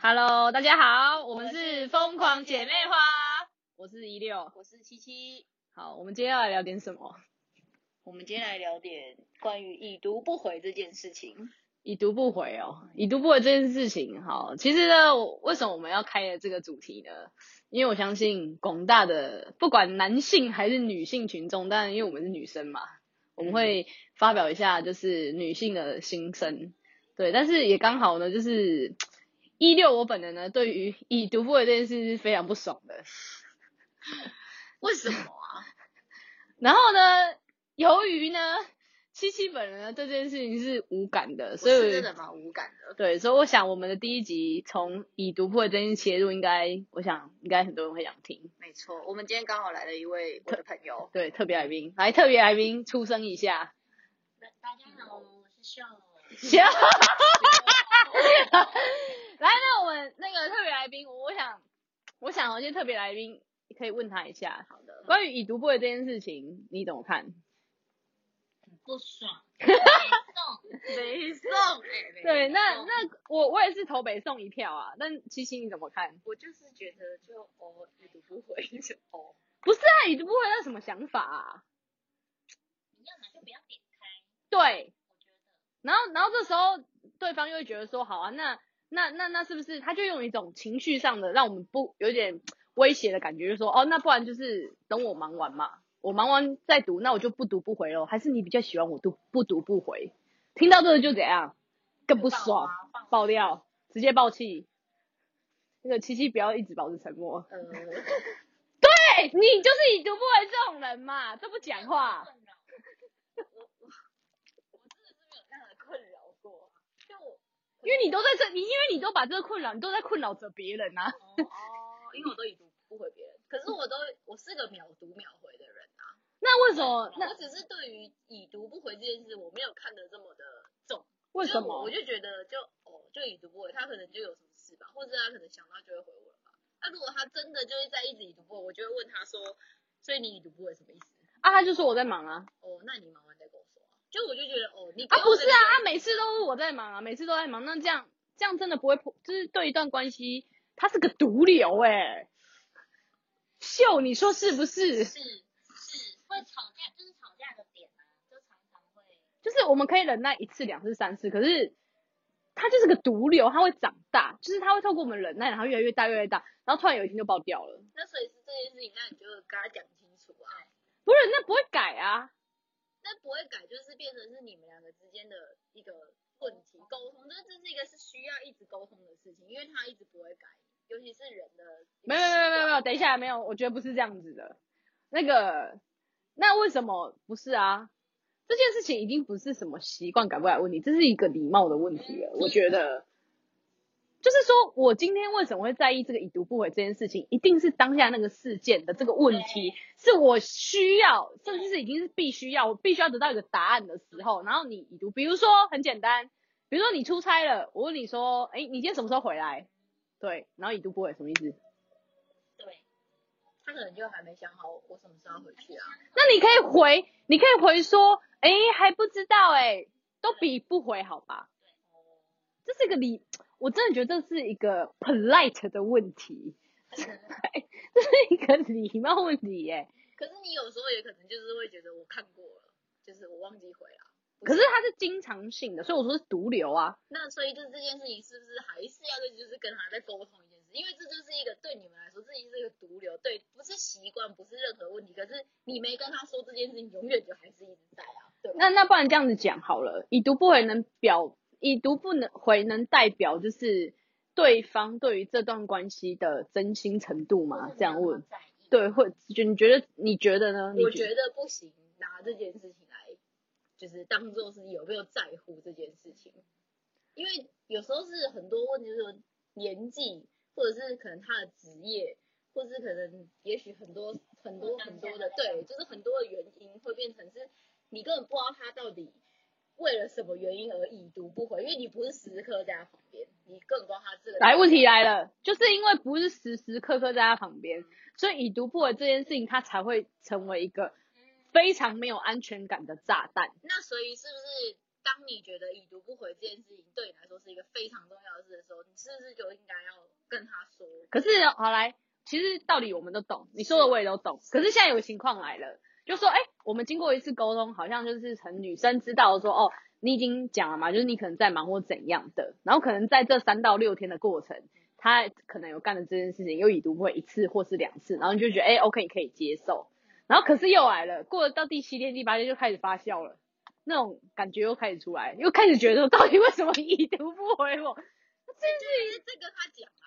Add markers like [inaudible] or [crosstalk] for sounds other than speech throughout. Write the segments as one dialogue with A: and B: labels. A: Hello，大家好，我们是疯狂姐妹花，我是一六。
B: 我是七七，
A: 好，我们接下来聊点什么？
B: 我们今天来聊点关于已读不回这件事情。
A: 已读不回哦，已读不回这件事情，好，其实呢，我为什么我们要开的这个主题呢？因为我相信广大的不管男性还是女性群众，但因为我们是女生嘛，我们会发表一下就是女性的心声，对，但是也刚好呢，就是一六我本人呢，对于已读不回这件事是非常不爽的，
B: 为什么 [laughs] 啊？
A: 然后呢，由于呢，七七本人呢对这件事情是无感的，所以
B: 我是真的蛮无感的。
A: 对，所以我想我们的第一集从已读破的真心切入，应该我想应该很多人会想听。
B: 没错，我们今天刚好来了一位我的朋友。
A: 对，特别来宾，来特别来宾出声一下，
C: 大家好，我是秀。
A: 行。 [laughs] 来，那我们那个特别来宾，我我想我想有些特别来宾可以问他一下，
B: 好的，
A: 关于已读破的这件事情，你怎么看？
C: 不爽，北宋
B: 北宋哎，北
A: 对，那
B: 宋
A: 那我我也是投北宋一票啊，但七七你怎么看？
B: 我就是觉得就哦，已读不回就哦，
A: 不是啊，已读不回那什么想法啊？
C: 你要么就不要点开，
A: 对，
C: 我觉得
A: 然后，然后这时候对方又会觉得说，好啊，那那那那是不是他就用一种情绪上的让我们不有点威胁的感觉，就说哦，那不然就是等我忙完嘛，我忙完再读，那我就不读不回咯。还是你比较喜欢我读不读不回？听到这个就怎样，更不爽，
C: 爽
A: 爆料，直接爆气。那个七七不要一直保持沉默，
B: 呃，
A: 哎、你就是已读不回这种人嘛，都不讲话。
C: 困扰，
B: 我真的是没有让人困扰过，啊就我
A: 因为你都在这，你因为你都把这个困扰，你都在困扰着别人啊。
B: 哦哦，因为我都已读不回别人，可是我都我是个秒读秒回的人啊。哦
A: 那为什么？那
B: 我只是对于已读不回这件事，我没有看得这么的重。
A: 为什
B: 就我
A: 么
B: 我？就觉得就哦，就已读不回，他可能就有什么事吧，或者他可能想到就会回我了吧。那、如果他真的就是在一直已读不回，我就会问他说，所以你已读不回什么意思？
A: 啊，他就说我在忙啊。
B: 哦，那你忙完再跟我说啊。就我就觉得哦，你给
A: 啊，
B: 我
A: 不是啊，
B: 的理由
A: 啊，每次都是我在忙啊，每次都在忙。那这样这样真的不会破，就是对一段关系，它是个毒瘤哎、秀，你说是不是？
C: 是是会吵架，就是吵架的点啊，就常常会
A: 就是我们可以忍耐一次、两次、三次，可是它就是个毒瘤，它会长大，就是它会透过我们忍耐，然后越来越大、越来越大，然后突然有一天就爆掉了。
B: 那所以是这件事情，那你就跟他讲清楚啊。
A: 不是，那不会改啊。
B: 那不会改，就是变成是你们两个之间的一个问题沟通，这这是一个是需要一直沟通的事情，因为他一直不会改，尤其是人的一个
A: 没有没有没有没有没有，
B: 习惯
A: 等一下，没有，我觉得不是这样子的。那个，那为什么不是啊？这件事情已经不是什么习惯改不改的问题，这是一个礼貌的问题了。我觉得，就是说我今天为什么会在意这个已读不回这件事情，一定是当下那个事件的这个问题，是我需要，甚至是已经是必须要，我必须要得到一个答案的时候，然后你已读，比如说很简单，比如说你出差了，我问你说，哎，你今天什么时候回来？对，然后已读不回什么意思？
C: 对。
B: 他可能就还没想好我什么时候要回去啊。
A: [laughs] 那你可以回，你可以回说，哎、还不知道、哎，都比不回好吧？这是一个礼，我真的觉得这是一个 polite 的问题，这是一个礼貌问题、哎，
B: 可是你有时候也可能就是会觉得我看过了，就是我忘记回了。
A: 可是它是经常性的，所以我说是毒瘤啊。
B: 那所以就是这件事情是不是还是要再就是跟他再沟通一件事？因为这就是一个对你们来说，这已经是一个毒瘤，对，不是习惯，不是任何问题。可是你没跟他说这件事情，永远就还是一直在啊，对吧？
A: 那那不然这样子讲好了，已读不回能表，已读不能回能代表就是对方对于这段关系的真心程度
C: 或
A: 吗
C: 是？
A: 这样
C: 没有那
A: 问
C: 么，在意，
A: 对，或就你觉得你觉得呢？你
B: 我觉得不行，拿这件事情来就是当做是有没有在乎这件事情，因为有时候是很多问题，就是说年纪，或者是可能他的职业，或者是可能也许很多很多很多的对，就是很多的原因会变成是你根本不知道他到底为了什么原因而已读不回，因为你不是时时刻在他旁边，你更不知道他这个
A: 来，问题来了，就是因为不是时时刻刻在他旁边，所以已读不回这件事情，他才会成为一个非常没有安全感的炸弹。
B: 那所以是不是当你觉得已读不回这件事情对你来说是一个非常重要的事的时候，你是不是就应该要跟他说？
A: 可是好来，其实道理我们都懂，你说的我也都懂。可是现在有个情况来了，就说哎、我们经过一次沟通，好像就是从女生知道说哦，你已经讲了嘛，就是你可能在忙或怎样的，然后可能在这三到六天的过程，他可能有干了这件事情，又已读不回一次或是两次，然后你就觉得哎、OK 你可以接受，然后可是又来了，过了到第七天、第八天就开始发酵了。那种感觉又开始出来，又开始觉得到底为什么你已读不回我？
B: 就是这跟他讲啊，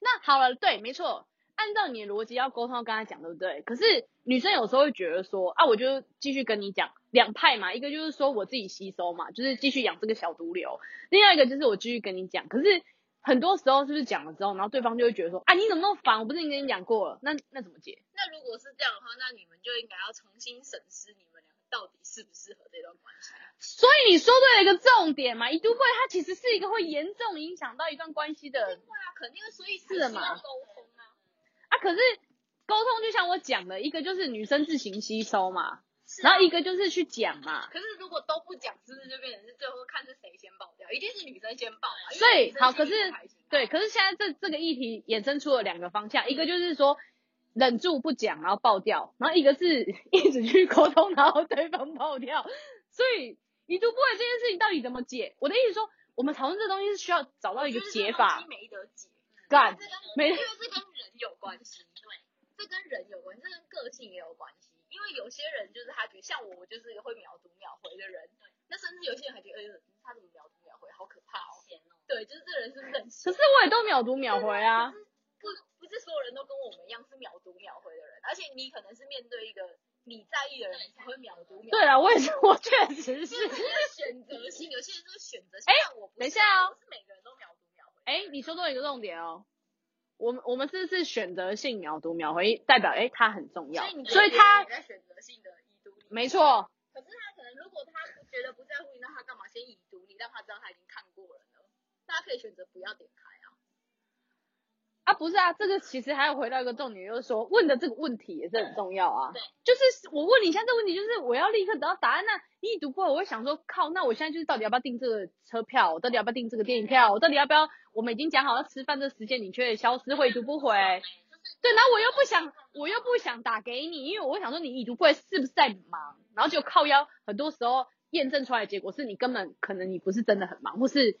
A: 那好了，对，没错，按照你的逻辑要沟通，要跟他讲，对不对？可是女生有时候会觉得说，啊，我就继续跟你讲，两派嘛，一个就是说我自己吸收嘛，就是继续养这个小毒瘤；，另外一个就是我继续跟你讲。可是很多时候是不是讲了之后，然后对方就会觉得说，啊，你怎么那么烦？我不是已经跟你讲过了？那那怎么解？
B: 那如果是这样的话，那你们就应该要重新审视你们两个到底适不适合这段关系。
A: 所以你说对了一个重点嘛，一度会它其实是一个会严重影响到一段关系的
B: 对啊，肯定所以才
A: 是的
B: 需
A: 嘛
B: 要沟通啊。
A: 啊，可是沟通就像我讲的，一个就是女生自行吸收嘛，
B: 是
A: 然后一个就是去讲嘛。
B: 可是如果都不讲，是不是就变成是最后看是谁先爆掉？一定是女生先爆啊。因为
A: 所以
B: 女生
A: 好
B: 心里
A: 可是
B: 不开心啊
A: 对，可是现在这这个议题衍生出了两个方向，一个就是说忍住不讲，然后爆掉；然后一个是 [laughs] 一直去沟通，然后对方爆掉。所以已读不回这件事情到底怎么解？我的意思说，我们讨论这东西是需要找到一个
B: 就是这
A: 解
B: 东西
A: 法。
B: 没得解，
A: 干，
B: 这跟
A: 没
B: 因为这跟人有关系，对，这跟人有关，这跟个性也有关系。因为有些人就是他觉得像我，我就是一个会秒读秒回的人，那甚至有些人还觉得，哎呦，他怎么秒读秒回，好可怕哦。
C: 闲哦。
B: 对，就是这人是不是很
A: 可是我也都秒读秒回啊。
B: 不不是所有人都跟我们一样是秒读秒回的人，而且你可能是面对一个你在意的人，你才会秒读秒回。
A: 对啊，我也是，我确实是
B: 就是。选择性，有些人就是选择性。
A: 哎
B: 但我不是啊
A: 等一下哦
B: 我是每个人都秒读秒回。
A: 哎、你说对一个重点哦。我们我们是是选择性秒读秒回，代表哎、它很重要，
B: 你
A: 所以它
B: 也在选择性的已读你。
A: 没错，
B: 可是他可能如果他不觉得不在乎你，那他干嘛先已读你，让他知道他已经看过了呢？那他可以选择不要点开啊。
A: 啊，不是啊，这个其实还要回到一个重点，就是说问的这个问题也是很重要啊。
C: 对，
A: 就是我问你一下这个问题，就是我要立刻得到答案。那你一读过，我会想说，靠，那我现在就是到底要不要订这个车票？我到底要不要订这个电影票？我到底要不要？我们已经讲好要吃饭这时间，你却消失，会读不回。
C: 就是
A: 对，然后我又不想，我又不想打给你，因为我想说你已读不回是不是在忙？然后就靠腰，很多时候验证出来的结果是你根本可能你不是真的很忙，或是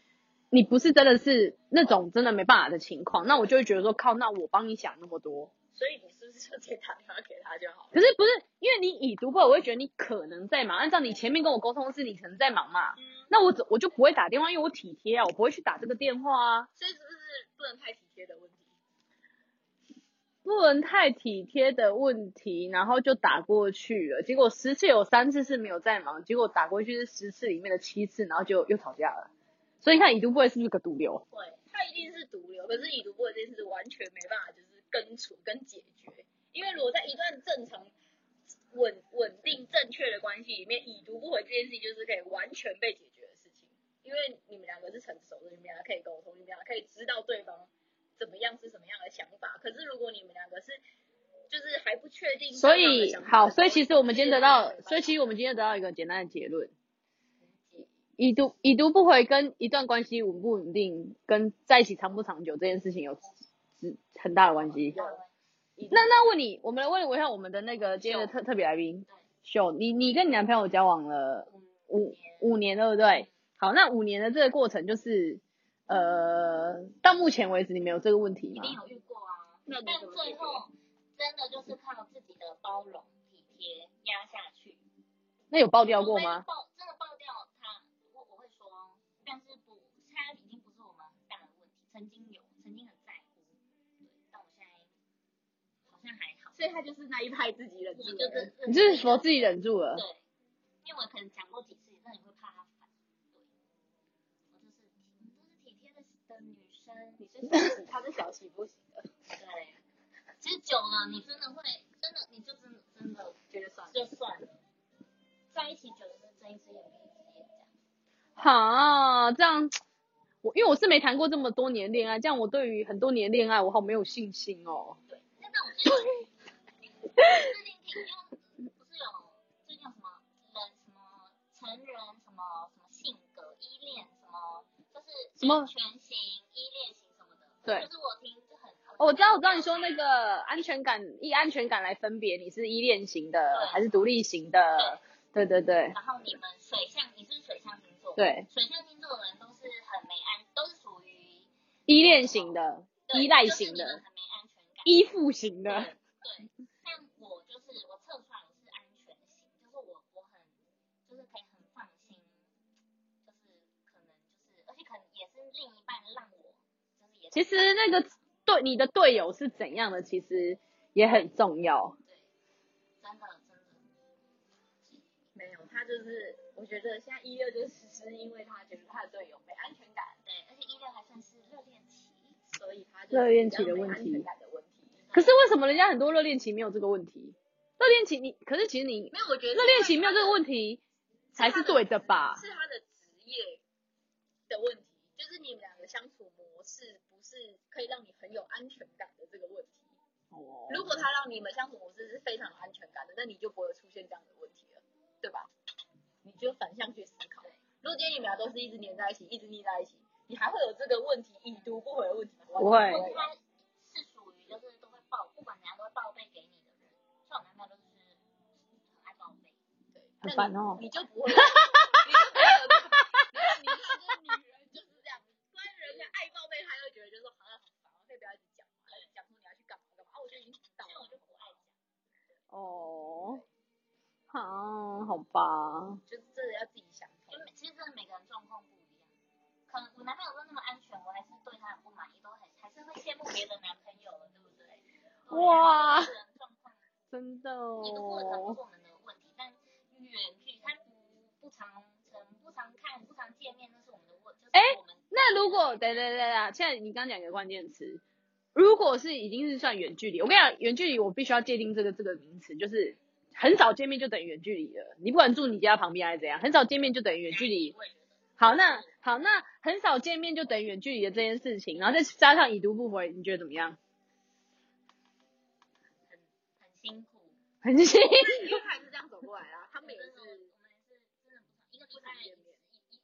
A: 你不是真的是那种真的没办法的情况，那我就会觉得说靠，那我帮你想那么多，
B: 所以你是不是就直接打电话给他就好了？
A: 可是不是因为你已读不回，我会觉得你可能在忙，按照你前面跟我沟通是你可能在忙嘛，
B: 嗯，
A: 那我怎我就不会打电话，因为我体贴啊，我不会去打这个电话啊，
B: 所以是不是不能太体贴的问题？
A: 不能太体贴的问题，然后就打过去了。结果十次有三次是没有在忙，结果打过去是十次里面的七次，然后就又吵架了。所以你看已读不回是不是个毒瘤？
B: 会，它一定是毒瘤，可是已读不回这件事完全没办法就是根除跟解决，因为如果在一段正常、稳稳定、正确的关系里面，已读不回这件事情就是可以完全被解决的事情，因为你们两个是成熟的，你们两个可以沟通，你们两个可以知道对方怎么样是什么样的想法。可是如果你们两个是就是还不确定
A: 所
B: 对方的
A: 以
B: 想法的时候，
A: 好，所以其实我们今天得到，所以其
B: 实
A: 实我们今天得到一个简单的结论：已读已读不回跟一段关系稳不稳定，跟在一起长不长久这件事情有直很大的关系。那那问你，我们来问一下我们的那个今天的特特别来宾秀，你你跟你男朋友交往了五五年，对不对？好，那五年的这个过程就是，呃，到目前为止你没有这个问题
C: 一
A: 吗
C: 定？有遇过啊，
B: 那你
C: 但
B: 怎么
C: 最
B: 解决
C: 后真的就是靠自己的包容、体贴压下去。
A: 那有爆掉过
C: 除非
A: 吗？
C: 爆真的爆掉他，我我会说，但是不，他已经不是我们很大的问题。曾经有，曾经很在乎，对，但我现在好像还好。
B: 所以他就是那一派自己忍
C: 我
B: 住
C: 就
B: 的人
C: 跟
A: 你就是
C: 说
A: 说自己忍住了，
C: 对，因为我可能讲过几次，但你会怕他烦。对，我就是挺都是体贴的的女生，
B: 你是 [laughs] 小媳，他是小媳不行的，
C: 对。其实久了，你真的会，真的你就真的真的
B: 觉得算了。
C: 就算了，在一起久了，睁一只眼闭一只眼这样。
A: 好，这样，我因为我是没谈过这么多年恋爱，这样我对于很多年恋爱我好没有信心哦。
C: 对，那那我最近
A: [laughs]
C: 最近听，因为不是有最近有什么人什么成人什么什么
A: 什么
C: 全型、依恋型什么的。
A: 对
C: 就是我听就很。
A: 哦我知道，我知道你说那个安全感，以安全感来分别你是依恋型的
C: 对
A: 还是独立型的。对对对
C: 然后你们水象，你是水象星座，，
A: 对，
C: 水象星座的人都是很没安，都是属于
A: 依恋型的、
C: 对
A: 依赖
C: 就是
A: 型
C: 你们
A: 的、
C: 很没安全感。
A: 依附型
C: 对
A: 的。
C: 对，像我就是我测出来我是安全型，就是我我很就是可以很放心，就是可能就是，而且可能也是另一半让我就是
A: 其
C: 也是
A: 实那个对你的队友是怎样的，其实也很重要。
C: 对，真的真的，
B: 没有，他就是我觉得现在一六就是是因为他觉得他的队友没安全感，
C: 对，而且一六还算是热恋期，
B: 所以他就是
A: 热恋期
B: 比较
A: 的
B: 没
A: 问
B: 安
A: 题
B: 全感的问题。
A: 可是为什么人家很多热恋期没有这个问题？热恋期你，可是其实你
B: 没有，我觉得
A: 热恋期没有这个问题才是对的吧？
B: 是他的职业的问题，就是你们两个相处模式不是可以让你很有安全感的这个问题。如果他让你们相处模式是非常有安全感的，那你就不会出现这样的问题了，对吧？你就反向去思考。如果今天你们俩都是一直黏在一起，一直腻在一起，你还会有这个问题已读不回的问题吗？
A: 不会
C: 或
A: 对
C: 者他是属于就是都会报，不管怎样都会报备给你的人，像我男朋友就是很爱报备。
B: 对，
A: 很烦哦
B: 那你你就不会，你就不会有这个，你看就是女人就是这样，虽然人家爱报备，她就觉得就是好像很烦，可以不要一直讲嘛，讲说你要去干嘛干嘛，啊，
A: [laughs]
B: 我就已经知道
C: 所
B: 了，
C: 以我就不爱讲。
A: 哦，好，好吧，
B: 就是真的要自己想
C: 就
B: 通。
C: 每其实真的每个人状况不一样，可能我男朋友都那么安全，我还是对他很不满意，都很还是会羡慕别的男朋友了，对不对？对
A: 哇
C: 啊每个人状况
A: 真的
C: 也都不常
A: 哦
C: 不是，我们的问题，但远距他不不常成、不常看、不常见面，那是我们的问，就是
A: 哎
C: 我们
A: 那如果等等等等，现在你刚讲一个关键词，如果是已经是算远距离，我跟你讲，远距离我必须要界定这个这个名词，就是很少见面就等于远距离了。你不管住你家旁边还是怎样，很少见面就等于远距离。
C: 我也觉得
A: 好，那好，那很少见面就等于远距离的这件事情，然后再加上已读不回，你觉得怎么样？ [laughs]
C: 很很辛苦。
A: 很新，
B: 因为他也是这样走过来啊，他
C: 我
B: 们
C: 们
B: 也
C: 真的我
B: 是
C: 们也是真的不常一个礼拜一一一次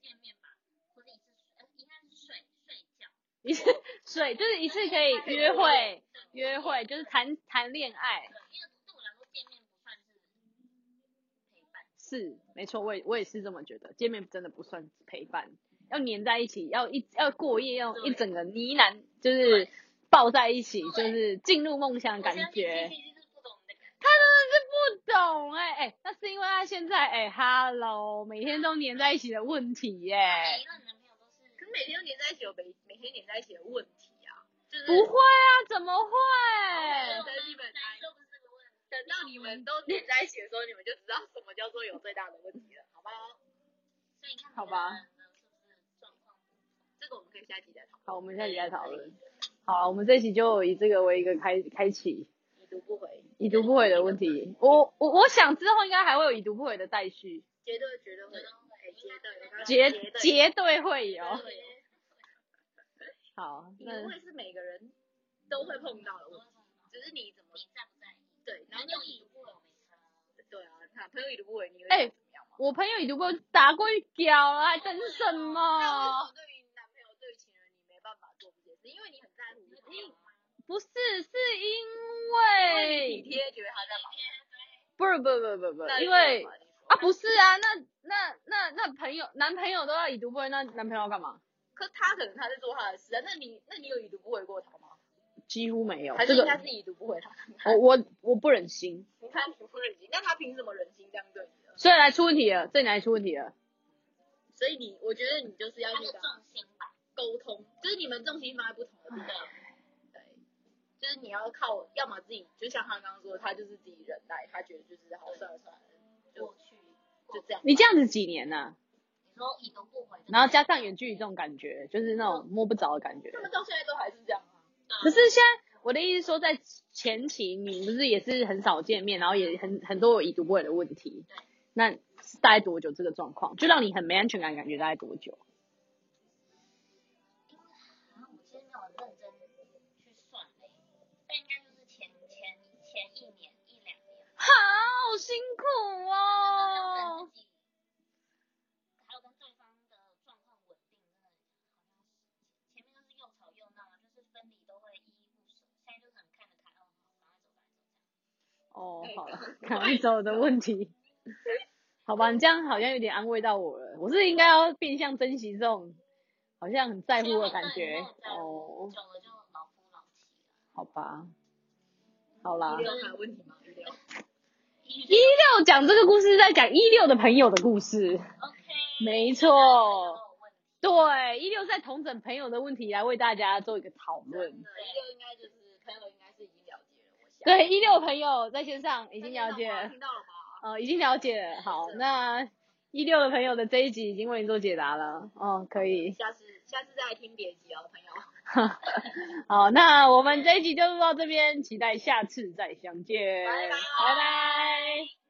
C: 见面吧，或者一次呃应该是睡睡觉。
A: 一次对，就是一次可以约会，约会就是谈谈恋爱，
C: 对，因为对我来说见面不算是陪伴，
A: 是没错，我也我也是这么觉得，见面真的不算陪伴，要黏在一起，要一要过夜，要一整个呢喃，就是抱在一起，就是进入梦乡的感觉。
C: 其实是不懂的感觉。
A: 不懂哎、哎、那是因为他现在哎、哈 hello，每天都黏在一起的问题耶、
C: 每一任男朋友都是，
B: 可是每天都黏在一起有每每天黏在一起的问题啊，就是
A: 不会啊，怎么会？
B: 对
C: 在日本男生不是个问题，
B: 等到你们都黏在一起的时候，你们就知道什么叫做有最大的问题了，好不好？
C: 所以你看
A: 好吧
C: 每个人呢是不是状况不同？
B: 这个我们可以下集再讨论。
A: 好，我们下集再讨论。好，我们这一期就以这个为一个开开启
B: 已读不回，
A: 已读不回的问题。我我我想之后应该还会有已读不回的待续，
B: 绝对绝对会，哎，绝对
A: 绝
B: 对
A: 绝对会有。
B: 好
A: 好，
B: 已
A: 那
B: 读会是每个人都会碰到的
C: 我
B: 问题，
C: 问
B: 只是你怎么
C: 你在不在意？
B: 对，然后
C: 男友已读不回我没差，
B: 对啊，他朋友已读不回，你会
A: 哎
B: 怎么样吗？
A: 我朋友已读不回打过去屌了，还等什
B: 那为
A: 么？
B: 什么对于男朋友、对于情人，你没办法做这件事？因为你很在乎，
C: 你
B: 你
A: 不是，是因为
B: 体贴，觉得他在忙，
A: 不是不是不是不是，
B: 那你
A: 因为
B: 干嘛你说
A: 啊不是啊，那那那那朋友男朋友都要已读不回，那男朋友要干嘛？
B: 可他可能他在做他的事啊，那你那你有已读不回过他吗？
A: 几乎没有
B: 还
A: 这
B: 是
A: 个
B: 应该，是已读不回他？
A: 我我我不忍心。
B: 你看你不忍心，那他凭什么忍心这样对你呢？
A: 所以来出问题了，这里来出问题了。
B: 所以你，我觉得你就是要
C: 他
B: 去
C: 的
B: 跟他
C: 重心吧，
B: 沟通，就是你们重心放在不同的地方。对，就是你要靠，要么自己，就像他刚刚说的，他就是自己忍耐，他觉得就是好算了算了，
C: 过去
B: 就这样。
A: 你这样子几年呐、
C: 你说已读不回，
A: 然后加上远距离这种感觉，就是那种摸不着的感觉。
B: 他们到现在都还是这样啊。
A: 可是现在我的意思是说，在前期你不是也是很少见面，然后也很很多有已读不回的问题
C: 对。
A: 那是大概多久这个状况，就让你很没安全感，感觉大概多久？
C: 然后我其实没有认真去算嘞，但应该就是前前前一年一两年，
A: 好辛苦
C: 还有跟
A: 哦！
C: 自己，还有跟对方的状况稳定，真的好
A: 哦，好了，赶一走的问题。好吧，你这样好像有点安慰到我了。我是应该要变相珍惜这种好像很在乎的感觉哦。
C: 久了就老夫老妻了。
A: 好吧，好啦
B: 医。疗还有啊问题吗？医疗
C: 一
A: 一六讲这个故事是在讲一六的朋友的故事，
C: OK，
A: 没
C: 那
A: 错。
C: 我有问题，
A: 对，一六在同整朋友的问题来为大家做一个讨
B: 真
A: 论。
B: 的，医疗应该就是朋友应该是已经了解了，我想。
A: 对，一六朋友在线上已经了解了。
B: 听到了吧？
A: 哦，已经了解了。好，那一六的朋友的这一集已经为你做解答了。哦，可以。
B: 下次下次再来听别集哦，朋友。
A: 好，那我们这一集就录到这边，期待下次再相见。
B: 拜拜
A: 拜拜